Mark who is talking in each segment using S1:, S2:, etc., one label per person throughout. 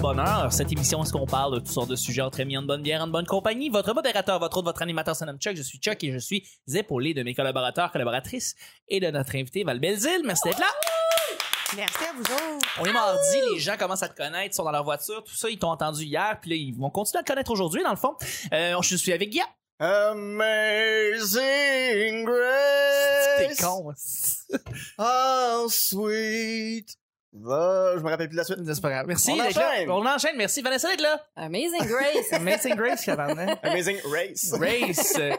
S1: bonheur. Cette émission, est-ce qu'on parle de toutes sortes de sujets entre amis, en bonne bière, en bonne compagnie? Votre modérateur, votre autre, votre animateur, son nom Chuck. Je suis Chuck et je suis épaulé de mes collaborateurs, collaboratrices et de notre invité Val Belzile. Merci d'être là.
S2: Merci à vous autres.
S1: On est mardi, les gens commencent à te connaître, sont dans leur voiture, tout ça, ils t'ont entendu hier, puis là, ils vont continuer à te connaître aujourd'hui, dans le fond. Euh, je suis avec Guy.
S3: Amazing
S1: T'es
S3: Grace.
S1: con. hein.
S3: How sweet. the- Je me rappelle plus de la suite.
S1: C'est pas grave. Merci.
S3: On
S1: d'être là.
S3: enchaîne.
S1: On enchaîne. Merci. Vanessa d'être là.
S4: Amazing Grace. Ah,
S1: Amazing Grace, hein? tabarnak.
S3: Amazing Race.
S1: Race. euh,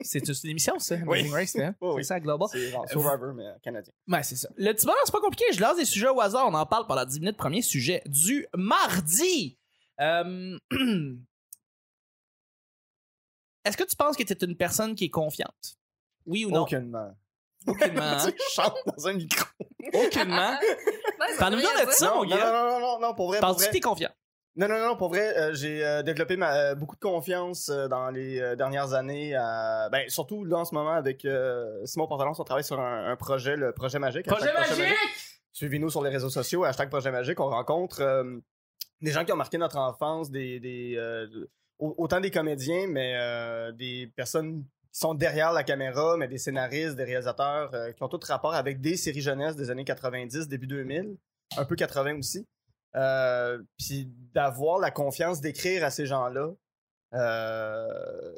S1: C'est une c'est une émission, ça. Amazing Race, hein?
S3: Oui, oui.
S1: C'est ça, Global.
S3: C'est genre Survivor, mais canadien.
S1: Ouais, Ben, c'est ça. Le petit bonheur, c'est pas compliqué. Je lance des sujets au hasard. On en parle pendant 10 minutes. Premier sujet du mardi. Euh, Est-ce que tu penses que tu es une personne qui est confiante? Oui ou non?
S3: Aucunement.
S1: Aucunement. hein?
S3: Tu chantes dans un micro.
S1: Aucunement.
S4: Ouais, ça
S1: Parle-nous
S4: veut
S1: donc
S4: rien
S1: de
S4: dire.
S1: ça, mon
S3: non, non,
S1: gars.
S3: non, non, non, pour vrai. Pour
S1: Penses-tu
S3: vrai.
S1: que t'es confiant?
S3: Non, non, non, pour vrai, euh, j'ai euh, développé ma, euh, beaucoup de confiance euh, dans les euh, dernières années. à- ben, surtout là en ce moment avec euh, Simon Pantalon, on travaille sur un, un projet, le projet magique. Hashtag Suivez-nous sur les réseaux sociaux, hashtag projet magique. On rencontre euh, des gens qui ont marqué notre enfance, des, des, euh, au- autant des comédiens, mais euh, des personnes qui sont derrière la caméra, mais des scénaristes, des réalisateurs, euh, qui ont tout rapport avec des séries jeunesse des années 90, début 2000, un peu 80 aussi. Euh, Puis d'avoir la confiance d'écrire à ces gens-là, euh,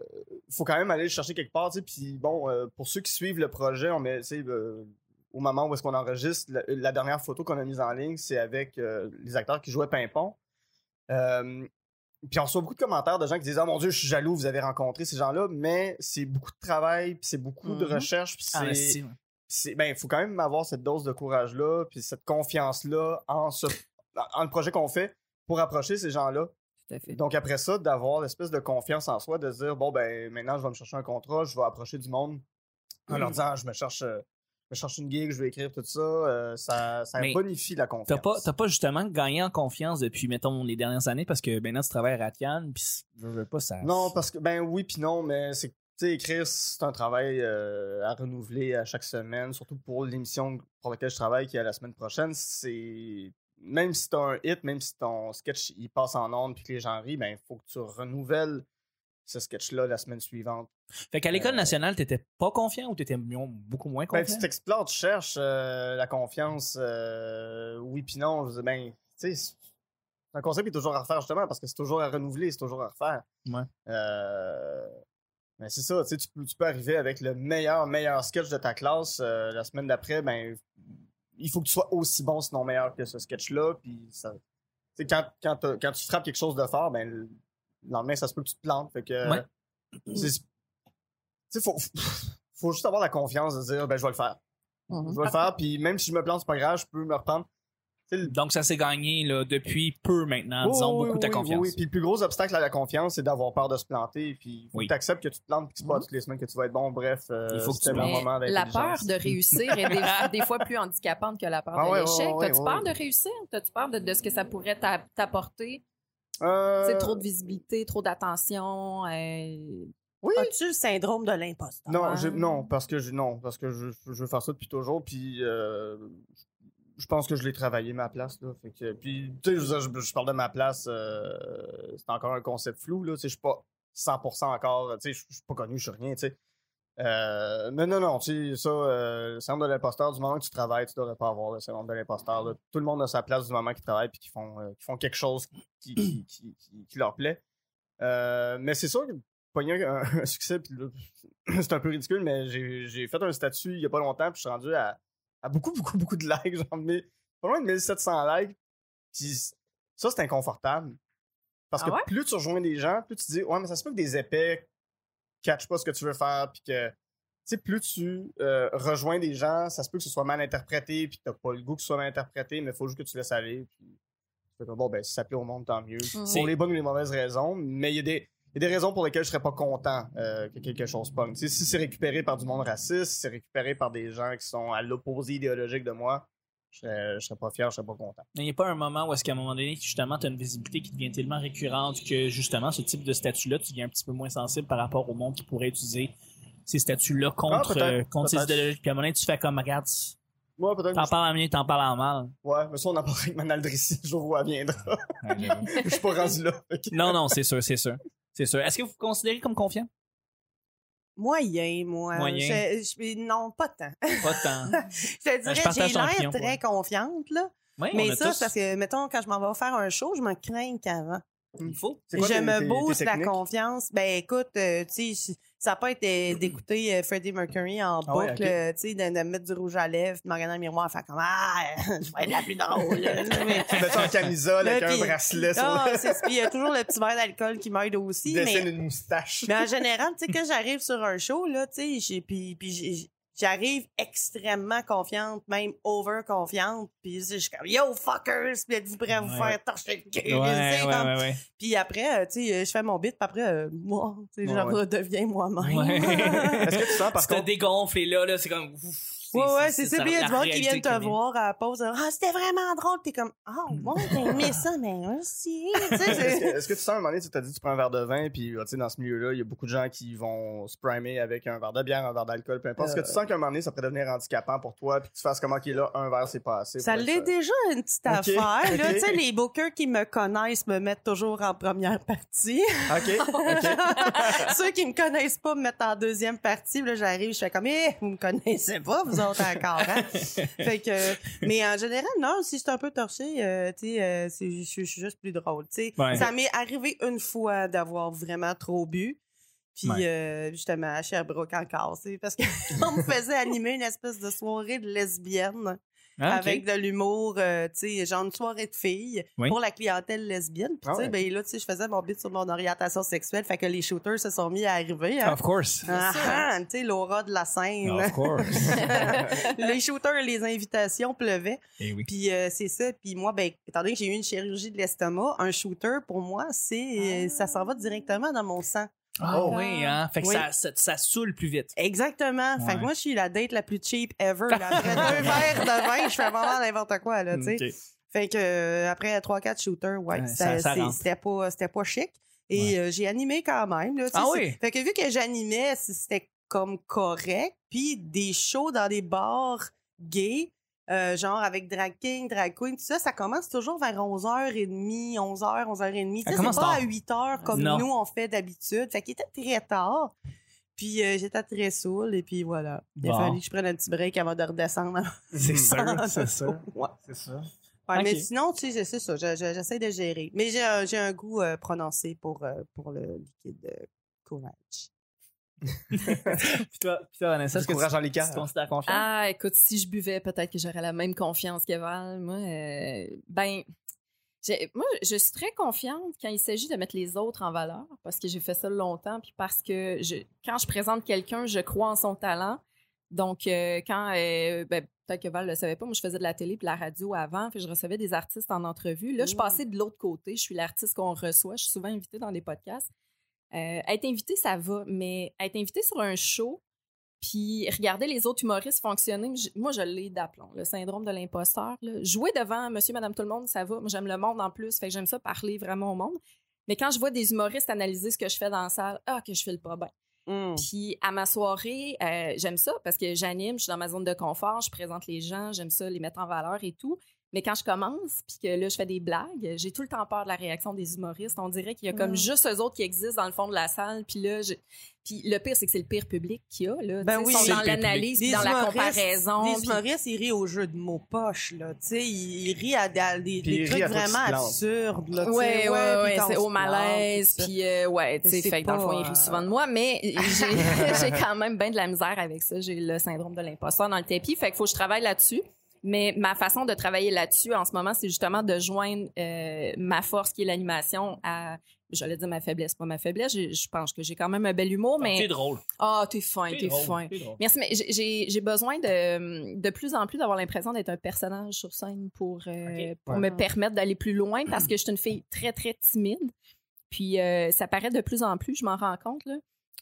S3: faut quand même aller le chercher quelque part. tu sais. Puis bon, euh, pour ceux qui suivent le projet, on met, tu sais, euh, au moment où est-ce qu'on enregistre, la, la dernière photo qu'on a mise en ligne, c'est avec euh, les acteurs qui jouaient Pimpon. Euh, puis on reçoit beaucoup de commentaires de gens qui disent Ah mon Dieu, je suis jaloux, vous avez rencontré ces gens-là, mais c'est beaucoup de travail, puis c'est beaucoup de
S4: Mhm.
S3: recherche, puis
S1: Ah,
S3: c'est
S1: si, ouais.
S3: c'est ben il faut quand même avoir cette dose de courage là puis cette confiance là en ce en le projet qu'on fait pour approcher ces gens-là.
S4: Tout à fait.
S3: Donc après ça, d'avoir l'espèce de confiance en soi, de se dire bon ben maintenant je vais me chercher un contrat, je vais approcher du monde en
S1: Mmh.
S3: leur disant je me cherche, euh, je me cherche une gig, je vais écrire tout ça, euh, ça, ça
S1: Mais
S3: bonifie la
S1: T'as
S3: confiance.
S1: pas, t'as pas justement gagné en confiance depuis, mettons, les dernières années parce que maintenant tu travailles à Ratian, puis je veux pas ça.
S3: Non parce que ben oui puis non mais c'est tu sais écrire c'est un travail euh, à renouveler à chaque semaine, surtout pour l'émission pour laquelle je travaille qui est la semaine prochaine, c'est même si t'as un hit, même si ton sketch il passe en ondes puis que les gens rient, ben faut que tu renouvelles ce sketch-là la semaine suivante.
S1: Fait qu'à l'école
S3: Euh,
S1: nationale, t'étais pas confiant ou t'étais mo- beaucoup moins
S3: Ben,
S1: confiant?
S3: tu t'explores, tu cherches euh, la confiance, euh, oui puis non. Je veux dire, ben, tu sais, c'est un concept qui est toujours à refaire justement parce que c'est toujours à renouveler, c'est toujours à refaire.
S1: Ouais.
S3: Euh, mais c'est ça, tu sais, tu peux, tu peux arriver avec le meilleur, meilleur sketch de ta classe euh, la semaine d'après, ben, il faut que tu sois aussi bon, sinon meilleur que ce sketch-là. Puis ça, tu sais, quand, quand, t'as- quand tu frappes quelque chose de fort, ben, le lendemain, ça se peut que tu te plantes. Fait que,
S1: Ouais.
S3: c'est- tu sais, faut, faut juste avoir la confiance de dire, ben, je vais le faire. Je
S4: Mhm.
S3: vais le faire, puis même si je me plante, c'est pas grave, je peux me reprendre. Tu sais, le-
S1: Donc ça s'est gagné là, depuis peu maintenant, disons
S3: Oui, oui,
S1: beaucoup ta
S3: oui,
S1: confiance.
S3: oui, oui. Puis le plus gros obstacle à la confiance, c'est d'avoir peur de se planter. Puis faut
S1: Oui. Mhm.
S3: que tu acceptes que tu te plantes, puis que c'est pas toutes les semaines que tu vas être bon. Bref, euh,
S1: Il faut que
S3: c'était
S1: tu-
S3: mon
S4: Mais
S3: moment
S4: la
S3: d'intelligence.
S4: peur de réussir est des, des fois plus handicapante que la peur
S3: Ah ouais,
S4: de l'échec.
S3: ouais, ouais,
S4: T'as-tu
S3: ouais,
S4: peur
S3: ouais.
S4: de réussir? T'as-tu peur de, de ce que ça pourrait t'a- t'apporter?
S3: Euh,
S4: Tu sais, trop de visibilité, trop d'attention. euh,
S3: Oui.
S2: As-tu le syndrome de l'imposteur?
S3: Non, j'ai- non, parce que je, non, parce que je, je veux faire ça depuis toujours, puis euh, je pense que je l'ai travaillé ma place là. Fait que, puis tu sais, je, je- je parle de ma place, euh, c'est encore un concept flou là. Tu sais, je suis pas 100% encore, tu sais, je je suis pas connu, je suis rien, tu sais. Euh, mais non, non, tu sais, ça, euh, le syndrome de l'imposteur, du moment que tu travailles, tu devrais pas avoir le syndrome de l'imposteur. là. Tout le monde a sa place du moment qu'ils travaillent puis qu'ils font, euh, qu'ils font quelque chose qui, qui, qui- qui- qui leur plaît. Euh, mais c'est sûr que pogner un, un succès, puis là, c'est un peu ridicule, mais j'ai j'ai fait un statut il y a pas longtemps, puis je suis rendu à, à beaucoup, beaucoup, beaucoup de likes. J'en ai pas loin de 1700 likes. Puis ça, c'est inconfortable. Parce
S4: Ah
S3: que
S4: ouais?
S3: plus tu rejoins des gens, plus tu dis, ouais, mais ça se peut que des épais catchent pas ce que tu veux faire, puis que. Tu sais, plus tu euh, rejoins des gens, ça se peut que ce soit mal interprété, puis que t'as pas le goût que ce soit mal interprété, mais faut juste que tu laisses aller. Puis... tu fais comme, Bon, ben, si ça plaît au monde, tant mieux.
S4: Mmh.
S1: C'est-
S3: Pour les bonnes ou les mauvaises raisons, mais il y a des. Il y a des raisons pour lesquelles je serais pas content euh, que quelque chose pogne. Tu sais, si c'est récupéré par du monde raciste, si c'est récupéré par des gens qui sont à l'opposé idéologique de moi, je serais, je serais pas fier, je serais pas content.
S1: Il n'y a pas un moment où est-ce qu'à un moment donné, justement, tu as une visibilité qui devient tellement récurrente que justement, ce type de statut-là, tu deviens un petit peu moins sensible par rapport au monde qui pourrait utiliser ces statuts-là contre,
S3: Ah, peut-être,
S1: euh, contre ces
S3: peut-être.
S1: idéologies. Puis à un moment donné, tu fais comme, regarde,
S3: Ouais, peut-être.
S1: T'en parles en mieux, t'en parles en mal.
S3: Ouais, mais ça, on en parlera avec Manal Drissi le jour où elle viendra.
S2: Ah.
S3: Je suis pas rendu là. fait que-
S1: non, non, c'est sûr, c'est sûr. C'est sûr. Est-ce que vous vous considérez comme confiant?
S2: Moyen, moi.
S1: Moyen.
S2: Je- je- non, pas tant.
S1: Pas tant.
S2: Je te dirais,
S1: partage
S2: j'ai
S1: ton opinion,
S2: l'air
S1: quoi.
S2: très confiante, là.
S1: Oui, on
S2: Mais
S1: a
S2: ça,
S1: tous-
S2: c'est parce que, mettons, quand je m'en vais faire un show, je me crains qu'avant.
S1: Il faut.
S3: C'est quoi
S2: je
S3: tes- tes-
S2: me
S3: tes
S2: booste la
S3: techniques?
S2: confiance. Ben écoute, euh, tu sais, je- ça a pas été d'écouter euh, Freddie Mercury en
S3: Ah ouais,
S2: boucle,
S3: ok.
S2: euh, tu sais, de, de mettre du rouge à lèvres, puis de me regarder dans le miroir, faire comme ah, je vais être la plus drôle. Mais-
S3: Tu mets ça en camisole avec
S2: Là,
S3: un
S2: puis-
S3: bracelet sur
S2: Ah,
S3: le...
S2: c'est- puis il y a toujours le petit verre d'alcool qui m'aide aussi,
S3: dessine
S2: mais,
S3: une moustache.
S2: mais en général, tu sais, quand j'arrive sur un show là, tu sais, j'ai- puis puis j'ai- J'arrive extrêmement confiante, même over confiante, puis je suis comme yo fuckers, puis êtes-vous prêts à vous
S1: Ouais.
S2: faire torcher le cul?
S1: Ouais,
S2: Tu sais,
S1: ouais,
S2: comme-
S1: ouais, ouais.
S2: puis après, euh, tu sais, euh, je fais mon bit, puis après, euh, moi, tu sais,
S3: Ouais,
S2: je
S3: ouais.
S2: redeviens moi-même.
S1: Ouais.
S3: Est-ce que tu sens, par
S1: Tu te
S3: contre...
S1: dégonfles et là, là, c'est comme. ouf, c'est-
S2: Ouais, ouais, c'est ça. Puis il y a
S1: la
S2: du monde qui
S1: réalité
S2: viennent te
S1: qu'on est.
S2: voir à la pause. Ah, c'était vraiment drôle. T'es comme, ah, bon, t'as aimé ça, mais merci. Tu sais,
S3: Est-ce que,
S2: c'est-
S3: est-ce que tu sens, à un moment donné, tu t'as dit, tu prends un verre de vin, puis, euh, tu sais, dans ce milieu-là, il y a beaucoup de gens qui vont se primer avec un verre de bière, un verre d'alcool, peu importe. Est-ce
S2: Euh.
S3: que tu sens qu'à un moment donné, ça pourrait devenir handicapant pour toi, puis que tu fasses comment qu'il est là, un verre, c'est pas assez.
S2: Ça
S3: pour
S2: l'est
S3: être, euh,
S2: déjà une petite
S3: Ok,
S2: affaire. là.
S3: ok.
S2: Tu sais, les bookers qui me connaissent me mettent toujours en première partie.
S3: OK, OK.
S2: Ceux qui me connaissent pas me mettent en deuxième partie. Puis Là, j'arrive, je fais comme, eh, vous me connaissez pas, vous autres encore. Hein? fait que, mais en général, non, si je suis un peu torché, euh, tu sais, euh, c'est- je suis je suis juste plus drôle. tu sais.
S1: Ouais.
S2: Ça m'est arrivé une fois d'avoir vraiment trop bu. Puis
S1: Ouais.
S2: euh, justement, à Sherbrooke encore, tu sais, parce qu'on me faisait animer une espèce de soirée de lesbiennes
S1: Ah, ok.
S2: avec de l'humour, euh, tu sais, genre une soirée de filles
S1: Oui.
S2: pour la clientèle lesbienne. Puis,
S3: Ah
S2: tu sais,
S3: ouais.
S2: ben là, tu sais, je faisais mon bit sur mon orientation sexuelle, fait que les shooters se sont mis à arriver. hein.
S1: Of course.
S2: Ah, ah, tu sais, l'aura de la scène.
S1: Ah, Of course.
S2: les shooters, les invitations pleuvaient.
S1: Eh oui.
S2: Puis euh, c'est ça. Puis moi, ben, étant donné que j'ai eu une chirurgie de l'estomac, un shooter, pour moi, c'est euh, ça s'en va directement dans mon sang.
S1: Ah
S3: Oh.
S1: oui, hein. Fait que
S2: Oui.
S1: ça, ça, ça saoule plus vite.
S2: Exactement. Fait
S1: Ouais.
S2: que moi, je suis la date la plus cheap ever. là. Après deux verres de vin, je fais vraiment n'importe quoi, là, tu
S1: Mm.
S2: sais.
S3: Ok.
S2: Fait que euh, après 3-4 shooters, ouais,
S1: Ouais,
S2: c'était-
S1: ça- ça
S2: c'est-
S1: rentre.
S2: c'était pas, c'était pas chic. Et
S1: Ouais.
S2: euh, j'ai animé quand même. Là, tu sais,
S1: Ah
S2: c'est-
S1: oui?
S2: Fait que vu que j'animais, c- c'était comme correct. Puis des shows dans des bars gays, euh, genre avec drag king, drag queen, tout ça, ça commence toujours vers 11h30, 11h,
S1: Ça
S2: 11h30. Tu sais,
S1: commence
S2: C'est pas à
S1: tard.
S2: 8h comme
S1: Non.
S2: nous on fait d'habitude. Fait qu'il était très tard. Puis euh, j'étais très saoule et puis voilà. Il
S1: Bon.
S2: a fallu que je prenne un petit break avant de redescendre.
S1: C'est
S2: sûr,
S1: c'est sûr.
S2: Ouais.
S3: C'est ça.
S2: Ouais,
S1: Ok.
S2: mais sinon, tu sais, c'est ça, je- je- j'essaie de gérer. Mais j'ai un, j'ai un goût euh, prononcé pour, euh, pour le liquide euh, courage.
S1: Puis toi, puis toi, Vanessa,
S3: Du
S1: est-ce que
S3: courage
S1: tu,
S3: dans les
S1: tu te
S3: cœurs.
S1: considères confiant?
S4: Ah, écoute, si je buvais, peut-être que j'aurais la même confiance que Val. Moi, euh, ben, j'ai- moi, je suis très confiante quand il s'agit de mettre les autres en valeur parce que j'ai fait ça longtemps, puis parce que je- quand je présente quelqu'un, je crois en son talent. Donc, euh, quand, euh, ben, peut-être que Val le savait pas, moi, je faisais de la télé puis de la radio avant, puis je recevais des artistes en entrevue. Là, je
S2: Mm.
S4: passais de l'autre côté. Je suis l'artiste qu'on reçoit. Je suis souvent invitée dans des podcasts. Euh, être invité, ça va, mais être invité sur un show, puis regarder les autres humoristes fonctionner, j- moi, je l'ai d'aplomb, le syndrome de l'imposteur. là. Jouer devant monsieur, madame, tout le monde, ça va. Moi, j'aime le monde en plus, fait que j'aime ça parler vraiment au monde. Mais quand je vois des humoristes analyser ce que je fais dans la salle, ah, que je file pas bien.
S2: Mm.
S4: Puis à ma soirée, euh, j'aime ça parce que j'anime, je suis dans ma zone de confort, je présente les gens, j'aime ça les mettre en valeur et tout. Mais quand je commence, puis que là, je fais des blagues, j'ai tout le temps peur de la réaction des humoristes. On dirait qu'il y a comme
S2: Mm.
S4: juste eux autres qui existent dans le fond de la salle. Puis là, je- puis le pire, c'est que c'est le pire public qu'il y a. Là.
S2: Ben
S4: Tu sais,
S2: oui.
S4: ils
S2: C'est
S4: sont dans
S1: le pire
S4: l'analyse,
S2: Des
S4: puis dans la
S2: humoristes-
S4: comparaison.
S2: Les
S4: Ah, puis-
S2: humoristes, ils rient au jeu de mots poches, là. Tu sais, ils, ils rient à, à des,
S3: Puis
S2: des
S3: ils rient
S2: trucs
S3: à toi, tu te
S2: vraiment
S3: plantes.
S2: absurdes, là. tu sais,
S4: Ouais, ouais, ouais,
S2: puis quand
S4: c'est
S2: on
S4: au
S2: se plante,
S4: malaise,
S2: tout ça.
S4: puis euh, ouais, tu sais,
S2: C'est
S4: fait que dans le
S2: pas,
S4: fond, il
S2: euh,
S4: rit souvent de moi, mais j'ai j'ai quand même bien de la misère avec ça. J'ai le syndrome de l'imposteur dans le tapis, fait qu'il faut que je travaille là-dessus. Mais ma façon de travailler là-dessus en ce moment, c'est justement de joindre euh, ma force qui est l'animation à, j'allais dire ma faiblesse, pas ma faiblesse. Je, je pense que j'ai quand même un bel humour,
S1: T'es
S4: mais
S1: drôle.
S4: ah, t'es fin,
S1: T'es
S4: t'es
S1: drôle,
S4: fin.
S1: t'es drôle.
S4: Merci, mais j'ai- j'ai j'ai besoin de, de plus en plus d'avoir l'impression d'être un personnage sur scène pour, euh,
S1: Ok.
S4: pour
S3: Ouais.
S4: me permettre d'aller plus loin parce que je suis une fille très, très timide. Puis euh, ça paraît de plus en plus, je m'en rends compte. Là.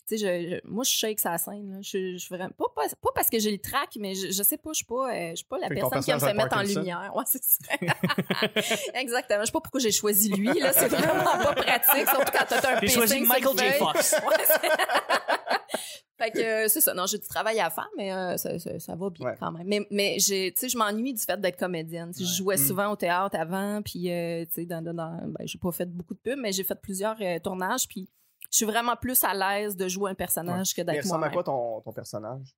S4: Tu sais, je- je- moi, je shake sa scène. là. Je, je, suis vraiment, pas, pas, pas parce que j'ai le trac, mais je, je sais pas, je suis pas, euh, je suis pas la
S3: Fait que ton
S4: personne qui aime
S3: personnage
S4: se mettre
S3: à
S4: en
S3: Parkinson.
S4: lumière. Ouais, c'est ça. Exactement. Je sais pas pourquoi j'ai choisi lui. là. C'est vraiment pas pratique, surtout quand t'as un
S1: T'es
S4: piercing
S1: choisi
S4: sur le
S1: Michael J.
S4: feuille.
S1: Fox.
S4: Ouais, c'est- Fait que euh, c'est ça. Non, j'ai du travail à faire, mais euh, ça, ça- ça va bien
S3: Ouais.
S4: quand même. Mais, mais j'ai- tu sais, je m'ennuie du fait d'être comédienne. Tu sais, Je jouais
S3: Mm.
S4: souvent au théâtre avant, puis euh, tu sais, dans, dans, dans- ben, j'ai pas fait beaucoup de pubs, mais j'ai fait plusieurs euh, tournages, puis je suis vraiment plus à l'aise de jouer un personnage que
S3: Il
S4: d'être
S3: ressemble à
S4: moi-même.
S3: quoi ton, ton personnage?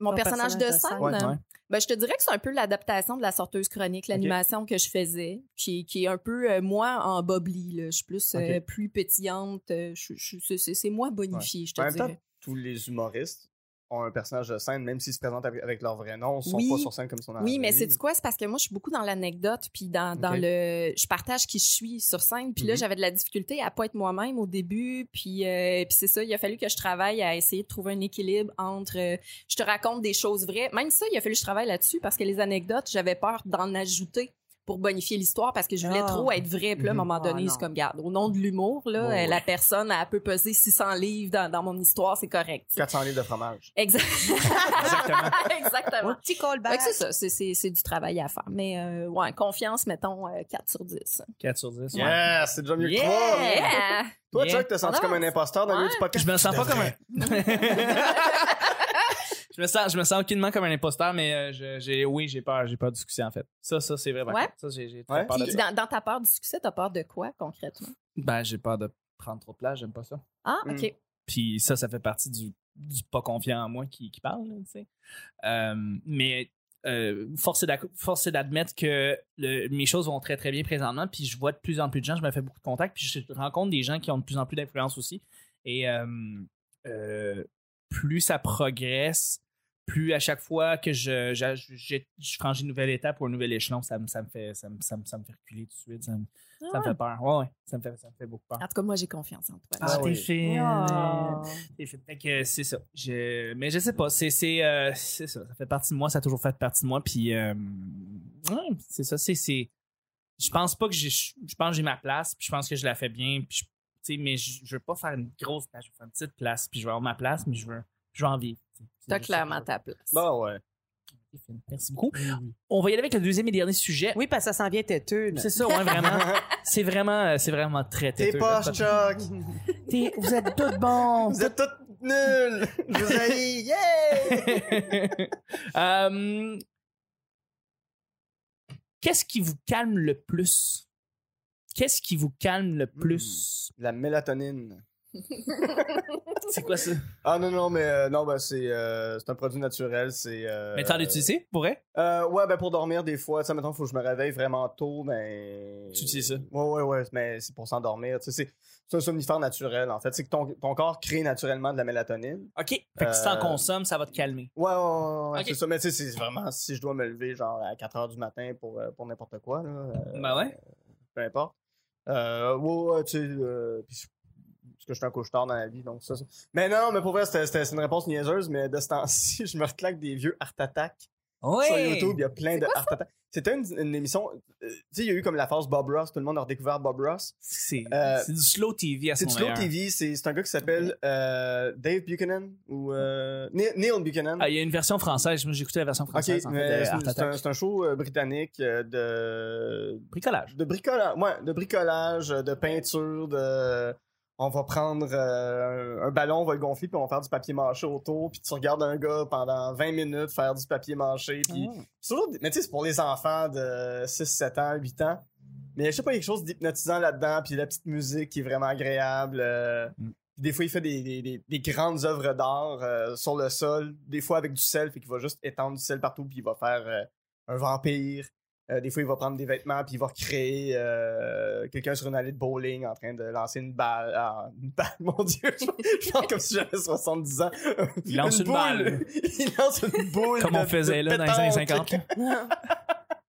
S4: Mon
S2: Ton
S4: personnage, de scène,
S3: Ouais,
S4: euh,
S3: ouais.
S4: ben, je te dirais que c'est un peu l'adaptation de la sorteuse chronique, l'animation que je faisais, qui, qui est un peu euh, moi en bobli. là. Je suis plus, euh,
S3: Ok.
S4: plus pétillante. euh, je- je- c'est- c'est c'est moi bonifiée, je te
S3: En même
S4: dirais.
S3: temps, tous les humoristes ont un personnage de scène, même s'ils se présentent avec, avec leur vrai nom, ils sont
S4: Oui.
S3: pas sur scène comme son
S4: Oui, mais c'est quoi? C'est parce que moi, je suis beaucoup dans l'anecdote, puis dans, dans
S3: Ok.
S4: le. Je partage qui je suis sur scène, puis là,
S3: Mhm.
S4: j'avais de la difficulté à pas être moi-même au début, puis, euh, puis c'est ça, il a fallu que je travaille à essayer de trouver un équilibre entre. euh, je te raconte des choses vraies. Même ça, il a fallu que je travaille là-dessus parce que les anecdotes, j'avais peur d'en ajouter pour bonifier l'histoire parce que je voulais
S2: Ah.
S4: trop être vrai. Puis là, à un
S3: Mhm.
S4: moment
S2: Ah,
S4: donné,
S2: non.
S4: c'est comme, garde, au nom de l'humour, là,
S3: Ouais,
S4: euh,
S3: ouais.
S4: la personne, elle peut peser 600 livres dans, dans mon histoire, c'est correct.
S3: 400 livres de fromage.
S4: Exact-
S1: Exactement.
S4: Exactement.
S2: Un petit
S4: Fait
S2: callback.
S4: que c'est ça, c'est- c'est c'est du travail à faire. Mais euh, ouais, confiance, mettons euh, 4 sur 10.
S1: 4 sur 10. ouais.
S3: Yeah, c'est déjà mieux que
S1: Yeah!
S3: toi.
S4: Yeah!
S3: Toi,
S1: Yeah.
S3: Chuck, t'as senti
S4: Ah,
S3: comme un imposteur dans le milieu du podcast?
S1: Je me sens pas comme un. je me sens, je me sens aucunement comme un imposteur, mais euh, je- j'ai, oui, j'ai peur, j'ai peur du succès en fait. Ça, ça, c'est vrai. par
S4: Ouais.
S1: contre. Ça, j'ai, j'ai très
S3: Ouais.
S1: peur de
S4: Puis
S1: ça.
S4: dans, dans ta peur du succès, t'as peur de quoi concrètement?
S1: Ben, j'ai peur de prendre trop de place, j'aime pas ça.
S4: Ah,
S3: Mm.
S4: OK.
S1: Puis ça, ça fait partie du, du pas confiant en moi qui, qui parle, là, tu sais. Euh, mais euh, force est d'ac- force est d'admettre que le- mes choses vont très très bien présentement, puis je vois de plus en plus de gens, je me fais beaucoup de contacts, puis je rencontre des gens qui ont de plus en plus d'influence aussi. Et euh, euh, plus ça progresse, plus à chaque fois que je, j'a- j'ai- je franchis une nouvelle étape ou un nouvel échelon, ça me, ça me, fait, ça me, ça me, ça me fait reculer tout de suite. Ça me, ça me fait peur. Ouais, ouais, ça me fait, ça me fait beaucoup peur.
S4: En tout cas, moi, j'ai confiance en toi.
S3: Ah,
S1: t'es
S3: oui.
S1: fine.
S4: Ah.
S1: Et fait- fait que c'est ça. Je- Mais je sais pas, c'est c'est, euh, c'est ça. Ça fait partie de moi, ça a toujours fait partie de moi. Puis euh, ouais, c'est ça. C'est c'est. Je pense pas que j'ai. Je pense que j'ai ma place. Puis je pense que je la fais bien. Puis je- tu sais, mais je, je veux pas faire une grosse place. Je veux faire une petite place. Puis je veux avoir ma place, mais je veux. Je veux en vivre. tu sais. C'est
S4: T'as
S1: juste ça que
S4: clairement ta place.
S3: Bah ouais.
S1: je veux. Merci beaucoup. On va y aller avec le deuxième et dernier sujet.
S2: Oui, parce que ça s'en vient têteux. là.
S1: C'est ça, ouais, vraiment. c'est vraiment, euh, c'est vraiment très
S3: T'es
S1: têteux,
S3: pas
S1: votre-
S3: Chuck.
S1: T'es- Vous êtes toutes bons.
S3: Vous êtes toutes nuls. Je vous haïs. Yeah!
S1: Euh, Qu'est-ce qui vous calme le plus? Qu'est-ce qui vous calme le
S3: Mmh.
S1: plus?
S3: La mélatonine.
S1: C'est quoi ça?
S3: Ah non, non, mais euh, non, ben, c'est euh, c'est un produit naturel. C'est. euh,
S1: Mais t'en utilises, pour vrai?
S3: Euh, ouais, ben pour dormir, des fois, tu sais, mettons, faut que je me réveille vraiment tôt, mais.
S1: Tu utilises ça?
S3: Ouais, ouais, ouais, mais c'est pour s'endormir. Tu sais, c'est- c'est un somnifère naturel, en fait. C'est que ton, ton corps crée naturellement de la mélatonine.
S1: OK. Fait que si t'en
S3: Euh,
S1: consommes, ça va te calmer.
S3: Ouais, ouais, ouais, ouais,
S1: Ok.
S3: c'est ça. Mais tu sais, c'est vraiment si je dois me lever, genre, à 4 h du matin pour, euh, pour n'importe quoi, là, euh,
S1: Ben ouais.
S3: peu importe. Euh, ouais, ouais, tu sais, euh, puis je- parce que je suis un couche-tard dans la vie, donc ça. ça- Mais non, mais pour vrai, c'était- c'était c'est une réponse niaiseuse, mais de ce temps-ci, je me reclaque des vieux Art Attack sur YouTube, il y a plein de Art Attack. C'était une, une émission, euh, tu sais, il y a eu comme la phase Bob Ross, tout le monde a redécouvert Bob Ross.
S1: C'est
S3: Euh,
S1: c'est du slow TV à ce
S3: C'est du Slow TV, c'est c'est un gars qui s'appelle euh, Dave Buchanan ou euh, Neil, Neil Buchanan.
S1: Ah, il y a une version française. Moi, j'ai écouté la version
S3: Ok, mais
S1: française, en fait,
S3: c'est
S1: de Art
S3: c'est un,
S1: Attack.
S3: c'est un show euh, britannique euh, de
S1: Bricolage.
S3: de bricolage, ouais, de bricolage, euh, de peinture, de on va prendre euh, un ballon, on va le gonfler, puis on va faire du papier mâché autour, puis tu regardes un gars pendant 20 minutes faire du papier mâché, puis c'est toujours des- mais tu sais, c'est pour les enfants de 6, 7 ans, 8 ans. Mais je sais pas, il y a quelque chose d'hypnotisant là-dedans, puis la petite musique qui est vraiment agréable. euh,
S1: Mm.
S3: puis des fois, il fait des, des- des- des grandes œuvres d'art euh, sur le sol, des fois avec du sel, fait qu'il va juste étendre du sel partout, puis il va faire euh, un vampire. Euh, des fois, il va prendre des vêtements, puis il va recréer euh, quelqu'un sur une allée de bowling en train de lancer une balle. Ah, une balle, mon Dieu, je, je parle comme si j'avais 70 ans.
S1: Il lance une
S3: boule.
S1: balle.
S3: Il lance une boule.
S1: Comme on
S3: de- de
S1: faisait là dans les années
S3: pétanque.
S1: 50. là.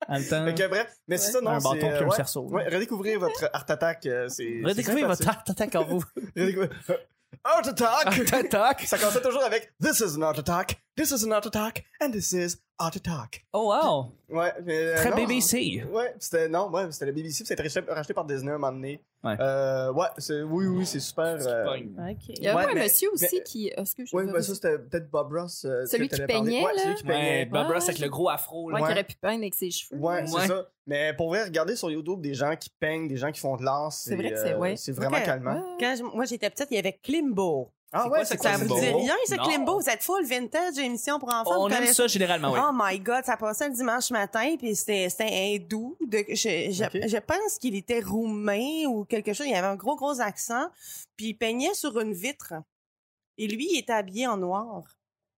S1: En même temps,
S3: Fait que bref, mais c'est ça, non,
S1: un bâton
S3: c'est...
S1: puis
S3: euh,
S1: un
S3: ouais,
S1: cerceau.
S3: ouais, redécouvrir votre Art Attack, euh, c'est...
S1: Redécouvrez votre
S3: Art
S1: Art Attack en vous.
S3: Attack. Art Attack!
S1: Art Attack!
S3: ça commençait toujours avec « This is an Art Attack, this is an Art Attack, and this is Art Attack
S1: Oh, wow! ».
S3: Ouais, mais... euh,
S1: Très
S3: non,
S1: BBC.
S3: Ouais, c'était... Non, ouais, c'était la BBC, puis c'était racheté, racheté par Disney un moment donné.
S1: Ouais.
S3: Euh, ouais, c'est- oui, oui, c'est super... euh,
S4: Il y a
S3: Ouais,
S4: pas un
S3: mais-
S4: monsieur aussi
S3: mais-
S4: qui. Est-ce que je
S3: Oui,
S4: peux-
S3: ben ça, c'était peut-être Bob Ross. euh,
S4: Celui
S3: que
S4: qui
S3: t'avais parlé.
S4: peignait,
S3: Ouais,
S4: là.
S3: celui qui
S1: Ouais,
S3: peignait.
S1: Bob
S4: Ouais,
S1: Ross avec
S4: je-
S1: le gros afro.
S4: Ouais,
S1: Là.
S4: qui
S3: Ben, Ouais.
S4: aurait pu peindre avec ses cheveux.
S3: Ouais,
S1: Ouais.
S3: c'est ça. Mais pour vrai, regarder sur YouTube des gens qui peignent, des gens qui font de l'art, c'est euh,
S4: vrai que c'est- ouais.
S3: c'est vraiment
S2: Ok.
S3: calmant.
S4: Ouais.
S2: Quand je- moi, j'étais petite, il y avait Klimbo.
S3: Ah
S1: C'est
S3: ouais,
S1: quoi,
S3: c'est
S1: c'est
S3: quoi
S2: Ça
S3: ce
S2: vous
S3: bon?
S2: dit rien, c'est
S1: Non.
S2: Klimbo. Vous êtes full vintage, émission pour enfants. vous
S1: On aime
S2: connaissez-
S1: ça généralement, Ah oui.
S2: Oh my God, ça passait le dimanche matin, puis c'était c'était un hindou. De, je, je,
S3: Ok.
S2: je pense qu'il était roumain ou quelque chose. Il avait un gros, gros accent. Puis il peignait sur une vitre. Et lui, il était habillé en noir.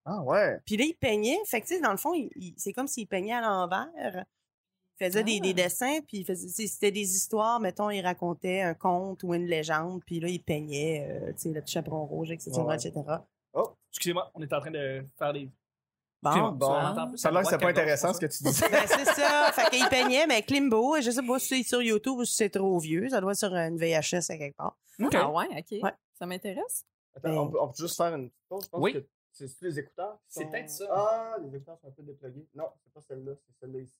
S3: Ah ouais.
S2: Puis là, il peignait. Fait que, tu sais, dans le fond, il- il- c'est comme s'il peignait à l'envers. Il faisait des,
S4: Ah.
S2: des dessins, puis il faisait- c'est- c'était des histoires. Mettons, il racontait un conte ou une légende, puis là, il peignait, euh, tu sais, le petit chaperon rouge, etc.,
S3: Ouais.
S2: etc.
S1: Excusez-moi, on est en train de faire des.
S2: Bon,
S1: Excusez-moi,
S3: bon.
S1: on entend plus
S3: Ça a
S1: à
S3: l'air que c'est pas
S1: droite qu'à
S3: intéressant
S1: gauche,
S3: ce que tu disais.
S2: Ben, c'est ça. Fait qu'il peignait, mais Klimbo, je sais pas si c'est sur YouTube ou si c'est trop vieux. Ça doit être sur une VHS à quelque part.
S1: OK.
S4: Ah ouais, OK.
S2: Ouais.
S4: Ça m'intéresse.
S3: Attends, on, peut- on peut juste faire une petite pause. Je pense
S1: Oui.
S3: que c'est c'est les écouteurs. qui
S1: C'est
S3: sont-
S1: peut-être ça.
S3: Ah, les écouteurs sont un peu déplugués. Non, c'est pas celle-là, c'est celle-là ici.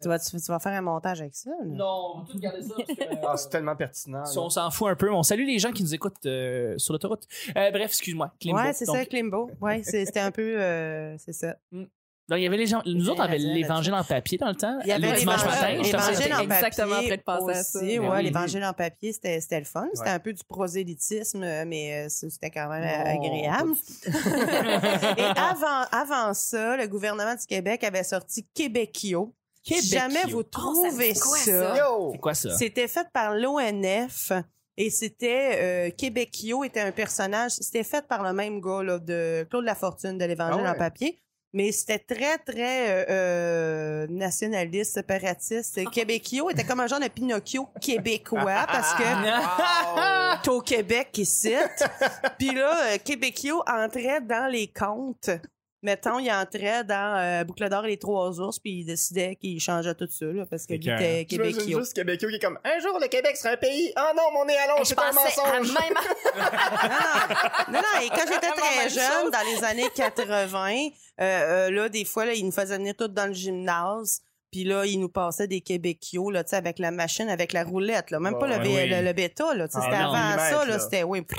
S2: Tu vas, tu, tu vas faire un montage avec ça? là?
S1: Non, on va tout garder ça. Parce que, euh,
S3: Ah, c'est tellement pertinent.
S1: si
S3: là.
S1: on s'en fout un peu, on salue les gens qui nous écoutent euh, sur l'autoroute. Euh, bref, excuse-moi. Klimbo.
S2: Ouais, c'est
S1: Donc,
S2: ça, Klimbo. Ouais, c'est- c'était un peu. euh, c'est ça.
S1: Donc, il y avait les gens, nous autres, on avait l'évangile en papier dans le temps.
S2: Il y avait
S1: le dimanche
S2: l'évangile-
S1: matin. j'étais
S4: l'évangile
S1: sorti-
S2: en papier.
S4: Exactement, après de passer à ça.
S2: aussi,
S1: Ben
S2: ouais,
S1: oui.
S2: l'évangile en papier, c'était c'était le fun. C'était
S3: Ouais.
S2: un peu du prosélytisme, euh, mais euh, ça, c'était quand même euh,
S3: Non,
S2: agréable. Et avant, avant ça, le gouvernement du Québec avait sorti Québécio. Si
S1: Québécois.
S2: jamais vous trouvez
S4: dit quoi,
S2: ça,
S4: ça?
S3: Yo!
S1: C'est quoi ça?
S2: C'était fait par l'ONF et c'était euh, Québécio était un personnage. C'était fait par le même gars là, de Claude Lafortune de l'Évangile
S3: Ah ouais.
S2: en papier. Mais c'était très, très euh, euh, nationaliste, séparatiste. Québécio était comme un genre de Pinocchio québécois parce que
S3: Wow!
S2: t'es au Québec qui cite. Puis là, euh, Québécio entrait dans les contes. Mettons, il entrait dans euh, Boucle d'or et les trois ours, puis il décidait qu'il changeait tout ça, là, parce que lui,
S1: Écoeur.
S2: était
S3: J'imagine
S2: Québécio.
S3: juste Québécois qui est comme un jour le Québec sera un pays. Ah non, mon nez à l'onde,
S4: Je
S3: c'est un
S4: pensais à
S3: mensonge.
S4: même
S2: Ah! non, non, et quand j'étais
S4: Vraiment
S2: très
S4: même
S2: jeune,
S4: chose.
S2: dans les années 80, euh, euh, là, des fois, là, ils nous faisaient venir tous dans le gymnase. Puis là, ils nous passaient des Québécois, là, tu sais, avec la machine, avec la roulette, là. Même
S3: Ouais,
S2: pas le,
S1: ouais,
S2: B-
S1: oui.
S2: le, le bêta, là. tu sais,
S1: Ah,
S2: c'était
S1: non,
S2: avant
S3: millimètre, là.
S2: ça, là. C'était, oui. pff.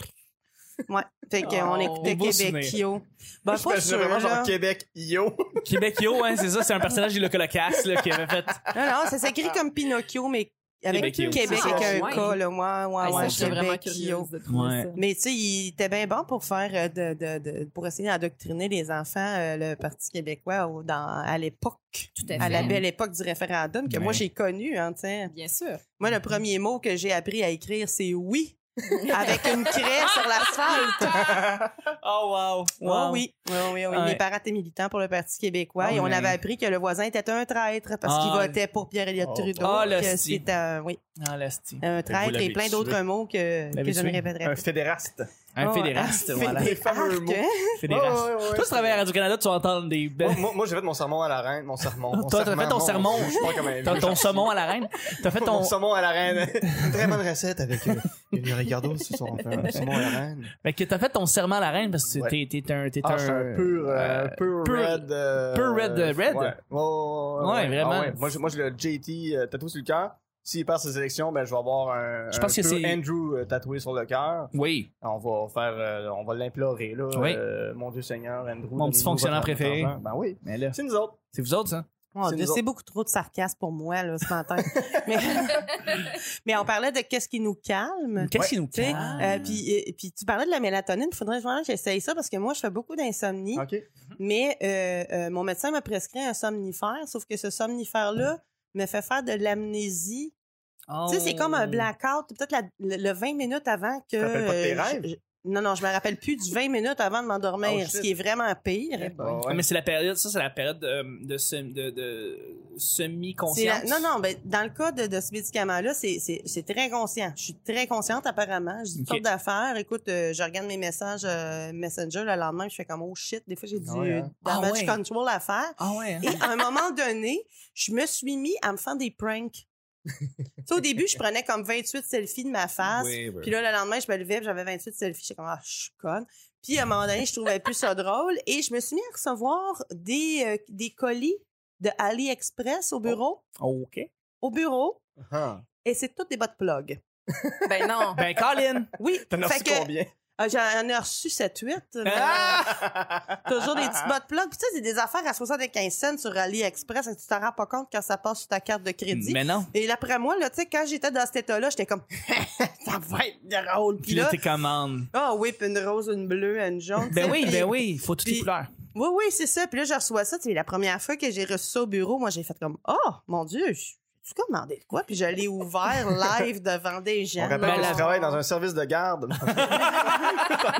S2: Ouais. Fait qu'on
S4: Oh,
S2: écoutait
S1: des beaux souvenirs.
S2: Québécois. Ben, pas
S3: J'imagine
S2: sûr,
S3: vraiment
S2: là.
S3: genre Québec, yo!
S1: Québécois, hein, c'est ça, c'est un personnage du Locolocasse là, qui avait fait.
S2: Non, non, ça s'écrit comme Pinocchio, mais avec
S1: Québécois.
S2: Québec,
S3: Ah,
S2: avec un
S4: ouais.
S2: K, là. Moi,
S4: Ah,
S2: ouais,
S4: ça,
S2: ouais,
S4: j'étais vraiment
S2: Québécois.
S4: curieuse de trouver
S1: Ouais.
S4: ça.
S2: Mais tu sais, il était bien bon pour faire euh, de, de- de- pour essayer d'endoctriner les enfants euh, le Parti québécois au- dans, à l'époque,
S4: Tout à
S2: à
S4: fait.
S2: la belle époque du référendum que moi
S1: Ouais.
S2: j'ai connu. Hein, tu sais.
S4: Bien sûr.
S2: moi, le premier mot que j'ai appris à écrire, c'est oui. avec une craie sur l'asphalte.
S1: Oh, wow.
S2: Oh oui, oui, oui, oui.
S1: Ouais.
S2: Mes parents étaient militants pour le Parti québécois
S1: Ah
S2: et on
S1: ouais.
S2: avait appris que le voisin était un traître parce qu'il
S1: Ah.
S2: votait pour Pierre-Éliott
S3: Oh.
S2: Trudeau.
S1: Ah, le
S2: que
S1: sti.
S2: c'est un, oui, Oh,
S1: Ah, l'asti.
S2: un traître et
S1: l'avez
S2: plein
S1: tué.
S2: d'autres mots que,
S1: l'avez
S2: que je
S1: tué.
S2: ne répéterai
S3: Un
S2: pas.
S3: fédéraste.
S1: Un
S2: Oh,
S1: fédéraste,
S2: un
S1: voilà.
S3: Les fameux mots.
S2: Arc, hein?
S1: Fédéraste.
S3: Oh, Ouais, ouais, ouais,
S1: Toi,
S3: c'est-
S1: tu travailles à Radio-Canada, tu entends des
S3: Moi,
S2: Oh,
S1: belles.
S3: moi, moi, j'ai fait mon sermon à la reine. Mon sermon. mon
S1: Toi, t'as fait ton
S3: serment,
S1: sermon.
S3: Je suis pas comme un
S1: T'as
S3: vieux
S1: ton saumon à la reine. T'as fait ton.
S3: Mon saumon à la reine. Une très bonne recette avec euh, une Ricardo ce soir. Enfin, un saumon à la reine.
S1: Fait que t'as fait ton serment à la reine parce que
S3: Ouais.
S1: t'es t'es un. T'es
S3: Ah,
S1: un.
S3: je suis un pur, euh,
S1: euh,
S3: pur,
S1: pur-
S3: red. euh,
S1: pur red, euh, red?
S3: Ouais, ouais, ouais,
S1: Ouais, vraiment.
S3: Ah ouais. Moi, j'ai- moi, j'ai le JT euh, tatoué sur le cœur. S'il perd ses élections, ben, je vais avoir un,
S1: Je pense
S3: un
S1: que
S3: pur
S1: c'est-
S3: Andrew euh, tatoué sur le cœur.
S1: Oui.
S3: On va faire, euh, on va l'implorer, là.
S1: Oui.
S3: Euh, mon Dieu Seigneur, Andrew.
S1: Mon petit
S3: donnez-nous
S1: fonctionnaire
S3: votre
S1: préféré.
S3: argent. Ben oui.
S1: Mais là,
S3: C'est nous autres.
S1: c'est vous autres, ça?
S2: Mon
S3: C'est
S2: Oh, Dieu,
S3: nous
S2: c'est
S3: autres.
S2: beaucoup trop de sarcasme pour moi, là, ce matin. mais, mais on parlait de qu'est-ce qui nous calme.
S1: Qu'est-ce qui nous
S2: tu sais.
S1: calme?
S2: Euh, puis, euh, puis tu parlais de la mélatonine. Il faudrait vraiment que j'essaye ça parce que moi, je fais beaucoup d'insomnie.
S3: OK.
S1: Ah,
S2: Mais euh, euh, mon médecin m'a prescrit un somnifère, sauf que ce somnifère-là me fait faire de l'amnésie. Tu sais, c'est comme
S1: Oh.
S2: un blackout. Peut-être la- le, le 20 minutes avant que.
S3: Oh. te rappelles pas de tes
S2: euh, je-
S3: rêves?
S2: je- non, non, je me rappelle plus du 20 minutes avant de m'endormir,
S3: Oh,
S2: ce
S3: shit.
S2: qui est vraiment pire.
S3: Ah ouais.
S1: Mais c'est la période, ça, c'est la période euh, de, sem- de, de
S2: C'est la-
S1: semi-conscience.
S2: Non, non, ben, dans le cas de, de ce médicament-là, c'est- c'est c'est très conscient. Je suis très consciente, apparemment.
S1: Ok.
S2: J'ai toutes sortes d'affaires. Écoute, euh, je regarde mes messages euh, Messenger le lendemain, je fais comme « Oh shit! » Des fois, j'ai du
S3: Ouais, hein.
S2: damage
S1: Ah ouais.
S2: control à faire.
S1: Ah ouais. hein?
S2: Et à un moment donné, je me suis mis à me faire des pranks. tu sais, au début, je prenais comme 28 selfies de ma face.
S1: Oui, oui.
S2: Puis là, le lendemain, je me levais, puis j'avais 28 selfies. J'étais comme, ah, je suis conne. Puis à un moment donné, je trouvais plus ça drôle. Et je me suis mis à recevoir des, euh, des colis de AliExpress au bureau.
S1: OK.
S2: Au bureau.
S3: Ah.
S2: Et c'est toutes des bottes plug.
S4: Ben non.
S1: Ben, Colin!
S2: Oui.
S3: T'en as
S2: fait
S3: reçu
S2: que-
S3: combien? Ah!
S2: Ah, J'en ai reçu 7-8. mais,
S1: Ah!
S2: euh, toujours des petites bottes plugs. Puis tu sais, c'est des affaires à 75 cents sur AliExpress et tu t'en rends pas compte quand ça passe sur ta carte de crédit.
S1: Mais non.
S2: Et après moi, là, tu sais, quand j'étais dans cet état-là, j'étais comme, ça va être drôle. Puis
S1: Puis là,
S2: là,
S1: tes commandes.
S2: ah oui, puis une rose, une bleue, une jaune. tu
S1: Ben
S2: sais,
S1: oui,
S2: puis-
S1: ben oui, il faut toutes les
S2: Puis-
S1: couleurs.
S2: Oui, oui, c'est ça. Puis là, je reçois ça. C'est la première fois que j'ai reçu ça au bureau. Moi, j'ai fait comme, oh mon Dieu, je- tu commandé de quoi? Puis je l'ai ouvert live devant des gens.
S3: On rappelle
S1: Ben,
S3: que
S1: la-
S3: tu travailles dans un service de garde.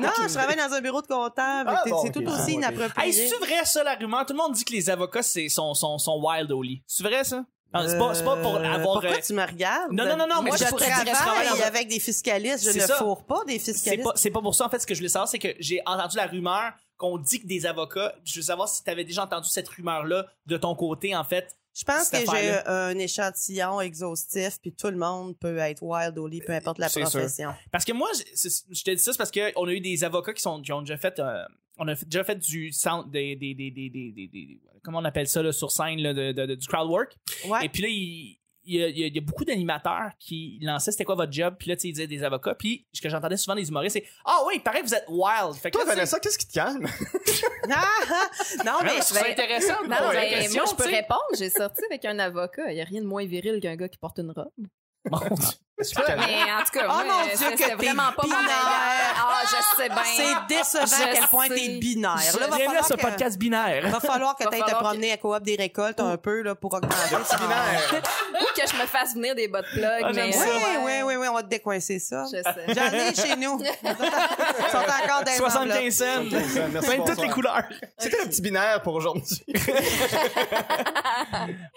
S2: Non, je travaille dans un bureau de comptable.
S3: Ah,
S2: C'est-
S3: bon,
S2: c'est
S3: ok,
S2: tout
S3: bon,
S2: aussi
S3: ok.
S2: inapproprié.
S1: Hey, c'est vrai ça la rumeur? Tout le monde dit que les avocats c'est, sont, sont, sont wild au lit. C'est vrai ça? Non, c'est, pas, c'est pas pour
S2: Euh,
S1: avoir.
S2: Pourquoi
S1: euh,
S2: tu me regardes?
S1: Non, non, non, non, mais
S2: Moi,
S1: je
S2: je
S1: pourrais dire, je travaille
S2: travaille
S1: dans un-
S2: avec des fiscalistes. Je
S1: C'est
S2: ne
S1: ça.
S2: fourre pas des
S1: c'est,
S2: fiscalistes.
S1: pas, c'est pas pour ça en fait ce que je voulais savoir, c'est que j'ai entendu la rumeur qu'on dit que des avocats. Je veux savoir si tu avais déjà entendu cette rumeur-là de ton côté en fait.
S2: Je pense que
S1: Cette
S2: j'ai
S1: affaire-là.
S2: euh, un échantillon exhaustif, puis tout le monde peut être wild au lit, peu importe la
S1: C'est sûr.
S2: profession.
S1: Parce que moi, je- c'est- je te dis ça, c'est parce qu'on a eu des avocats qui, sont, qui ont déjà fait. euh, on a fait- déjà fait du sound, des, des, des, des, des, des- des- comment on appelle ça là, sur scène, là, de, de- de- du crowd work.
S2: Ouais.
S1: Et puis là, il, il y, a, il y a- il y a beaucoup d'animateurs qui lançaient c'était quoi votre job, puis là, tu sais, ils disaient des avocats, puis ce que j'entendais souvent des humoristes, c'est Ah oui, pareil, vous êtes wild. Fait que là,
S3: Toi,
S1: tu sais,
S3: Vanessa, qu'est-ce qui te calme?
S2: Ah, ah, non,
S1: ah,
S2: mais
S1: mais je trouve ça
S2: ben,
S1: intéressant de
S4: Non,
S1: poser la
S4: mais
S1: question,
S4: moi, je peux
S1: tu sais.
S4: répondre. J'ai sorti avec un avocat. Il n'y a rien de moins viril qu'un gars qui porte une robe.
S1: Mon Dieu.
S3: Qu'est-ce qui te calme?
S4: Mais en tout cas,
S2: Oh
S4: moi,
S2: mon Dieu,
S4: ça,
S2: que
S4: c'était
S2: t'es
S4: vraiment pas mon
S2: binaire.
S4: meilleur. Ah, je
S1: Ben,
S4: sais bien.
S2: c'est décevant à
S4: Je
S2: quel point
S4: sais.
S2: t'es binaire. Là, va
S1: Bienvenue à
S2: falloir
S1: ce
S2: que-
S1: podcast
S2: Il
S1: binaire.
S2: va falloir que
S4: Va
S2: tu te
S4: falloir que-
S2: promener à coop des récoltes un peu là, pour augmenter.
S3: Ah, Binaire.
S4: Ou que je me fasse venir des bottes plug.
S1: Ah, j'aime
S4: mais euh,
S2: Oui,
S1: ça.
S2: oui, oui, oui, on va te décoincer ça.
S4: Je sais.
S2: J'en ai chez nous. Ils sont encore dans les enveloppes.
S1: 75 cents.
S3: Merci,
S1: Peint Ben, toutes
S3: bonsoir.
S1: les couleurs.
S3: C'était un petit binaire pour aujourd'hui.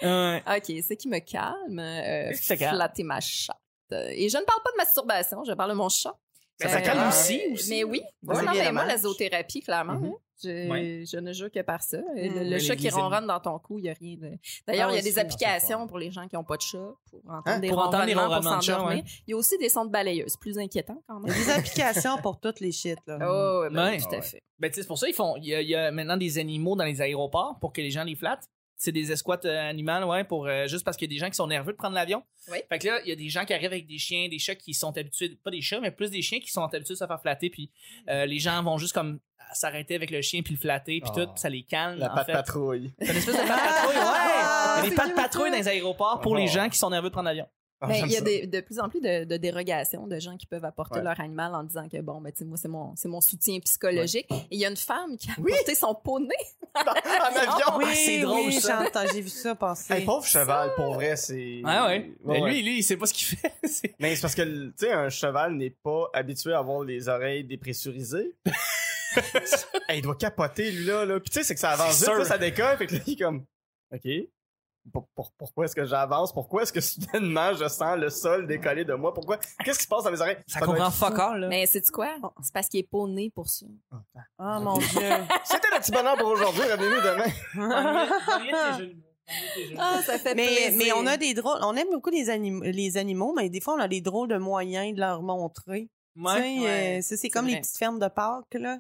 S1: Euh,
S4: OK, ce qui me calme, euh,
S1: Qu'est-ce qui te calme?
S4: flatter ma chatte. Euh, Et je ne parle pas de masturbation, je parle de mon chat.
S1: Ça,
S4: Euh,
S1: ça calme
S4: euh,
S1: aussi, aussi.
S4: Mais oui,
S2: Ouais,
S4: Ouais,
S2: c'est
S4: non,
S2: bien
S4: mais moi,
S2: dommage.
S4: la zoothérapie, clairement,
S1: Mhm.
S4: hein, je,
S1: Ouais.
S4: je ne jure que par ça. Et Le,
S2: Mm.
S4: le
S1: Mais
S4: chat
S1: les-
S4: qui
S1: les
S4: ronronne dans ton cou, il n'y a rien de... D'ailleurs,
S1: Ah
S4: il y
S1: ouais,
S4: a des
S1: c'est-
S4: applications pour les gens qui n'ont pas de chat, pour entendre
S3: Hein,
S4: des
S1: pour entendre les
S4: ronronnements,
S1: ronronnements de
S4: pour
S1: chat,
S4: s'endormir. Il y a aussi des sons de balayeuses, plus inquiétants quand
S2: Il y
S4: même.
S2: a des applications pour toutes les shit. Là.
S4: Oh, ouais, ben
S1: Ouais.
S4: oui, tout à fait.
S1: Ben, tu sais, c'est pour ça, ils font. Il y, a- il y a maintenant des animaux dans les aéroports pour que les gens les flattent. C'est des escouades euh, animales, ouais, pour, euh, juste parce qu'il y a des gens qui sont nerveux de prendre l'avion.
S4: Oui.
S1: Fait que là, il y a des gens qui arrivent avec des chiens, des chats qui sont habitués, pas des chats, mais plus des chiens qui sont habitués de se faire flatter. Puis euh, les gens vont juste comme s'arrêter avec le chien puis le flatter, puis
S3: Ah.
S1: tout, puis ça les calme.
S3: La
S1: en
S3: patte
S1: fait.
S3: patrouille.
S1: C'est une espèce de patte patrouille, ouais!
S2: Ah,
S1: il y a des
S2: c'est
S1: pattes
S2: cute,
S1: patrouilles
S2: ça.
S1: dans les aéroports pour les
S3: Ah.
S1: gens qui sont nerveux de prendre l'avion.
S3: Ah,
S4: Mais
S3: j'aime
S4: Ben, il y a
S3: ça.
S4: des- de plus en plus de, de dérogations de gens qui peuvent apporter
S3: Ouais.
S4: leur animal en disant que bon, ben, tu sais, moi, c'est mon, c'est mon soutien psychologique. Et il y a une femme qui a
S3: Oui.
S4: porté son poney.
S3: En avion!
S2: Oui,
S1: Ah, c'est drôle,
S2: oui,
S1: ça.
S2: j'entends, j'ai vu ça passer.
S3: Hey, pauvre cheval, pour vrai, c'est.
S1: Ah, Ouais, ouais. Mais
S3: ouais.
S1: lui, lui, il sait pas ce qu'il fait. C'est-
S3: Mais c'est parce que, tu sais, un cheval n'est pas habitué à avoir les oreilles dépressurisées. Hey, il doit capoter, lui, là. là. Puis, tu sais, c'est que ça avance
S1: C'est
S3: vite,
S1: sûr.
S3: là, ça décolle. Fait que là, il est comme, OK. Pour- pour- pourquoi est-ce que j'avance? Pourquoi est-ce que soudainement je sens le sol décoller de moi? Pourquoi? Qu'est-ce qui se passe dans mes oreilles?
S1: Ça,
S3: doit
S1: comprend
S3: être-
S1: fuck all, là.
S4: Mais c'est quoi? C'est parce qu'il est poney pour ça.
S2: Oh mon Dieu.
S3: C'était le petit bonheur pour aujourd'hui. Revenez-nous demain.
S4: Ah, ça fait
S2: Mais, mais on a des drôles. On aime beaucoup les, anim- les animaux, mais des fois, on a des drôles de moyens de leur montrer. Tu sais, euh, ça, c'est comme les
S4: vrai.
S2: petites fermes de Pâques, là.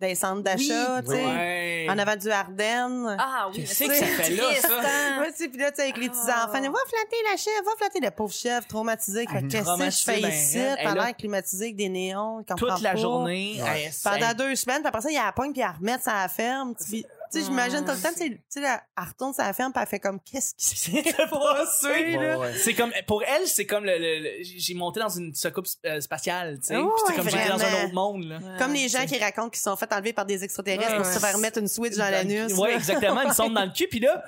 S2: Des centres d'achat,
S3: Oui.
S2: tu sais.
S1: Ouais.
S2: En avant du Ardennes.
S4: Ah oui, mais
S1: Qu'est-ce que ça fait là,
S4: triste,
S1: ça?
S4: hein?
S2: Ouais, tu sais, puis là, tu sais, avec les petits
S4: Ah.
S2: enfants, va flatter la chèvre, va flatter le pauvre chèvre traumatisé. Fait que Qu'est-ce que je
S1: Traumatisé,
S2: fais
S1: ben,
S2: ici,
S1: elle, elle
S2: pendant
S1: a-
S2: climatisé avec des néons, qu'on
S1: toute
S2: comprend
S1: la
S2: pas.
S1: journée.
S3: Ouais.
S1: elle-
S2: Pendant
S1: elle-
S2: deux semaines, puis après ça, il y a la pogne, puis elle remet sa ferme. Tu puis- tu sais, j'imagine tout le temps, tu sais, tu sais, là, elle retourne sa ferme, puis elle fait comme, qu'est-ce qui s'est passé, là?
S1: C'est comme pour elle, c'est comme le, le- le- j'ai monté dans une soucoupe euh, spatiale, tu sais.
S2: Ouais,
S1: Puis c'est comme j'étais dans un
S2: vraiment.
S1: autre monde là.
S2: Comme les gens qui racontent qu'ils se sont fait enlever par des extraterrestres
S1: Ouais,
S2: pour se
S1: ouais.
S2: faire mettre une switch dans l'anus.
S1: Ouais,
S2: là.
S1: exactement, ils me sont dans le cul puis là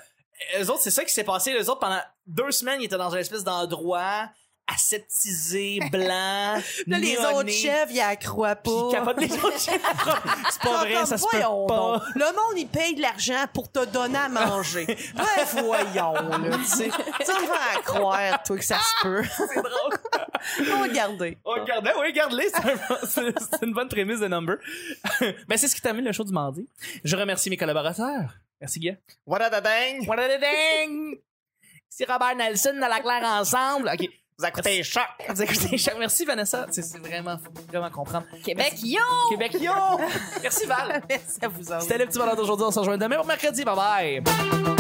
S1: eux autres, c'est ça qui s'est passé. Les autres, pendant deux semaines, ils étaient dans une espèce d'endroit aseptisé, blanc.
S2: Là, les
S1: néoné,
S2: autres chèvres, ils accroient
S1: puis ils
S2: pas.
S1: capotent les autres chefs. C'est
S2: Ils
S1: pas
S2: sont
S1: vrai,
S2: Ah, comme,
S1: ça se peut
S2: voyons
S1: pas.
S2: donc, Le monde, il paye de l'argent pour te donner à manger. ouais, voyons, là, tu sais. Tu me fais à croire, toi, que ça se peut.
S1: C'est drôle.
S2: Regardez.
S1: Oh, garde oui, garde-les. C'est un- C'est c'est une bonne prémisse de Number. ben, c'est ce qui termine le show du mardi. Je remercie mes collaborateurs. Merci, Guy.
S3: What a da dang?
S1: Wadadadang! C'est Robert Nelson dans la claire ensemble. OK.
S3: Vous écoutez Choc!
S1: Vous écoutez, Charles. merci Vanessa. C'est c'est vraiment, faut vraiment comprendre.
S4: Québec, yo!
S1: Québec, yo! Merci Val.
S2: Ça vous en
S1: C'était le petit bonheur d'aujourd'hui. On se rejoint demain pour mercredi. Bye bye.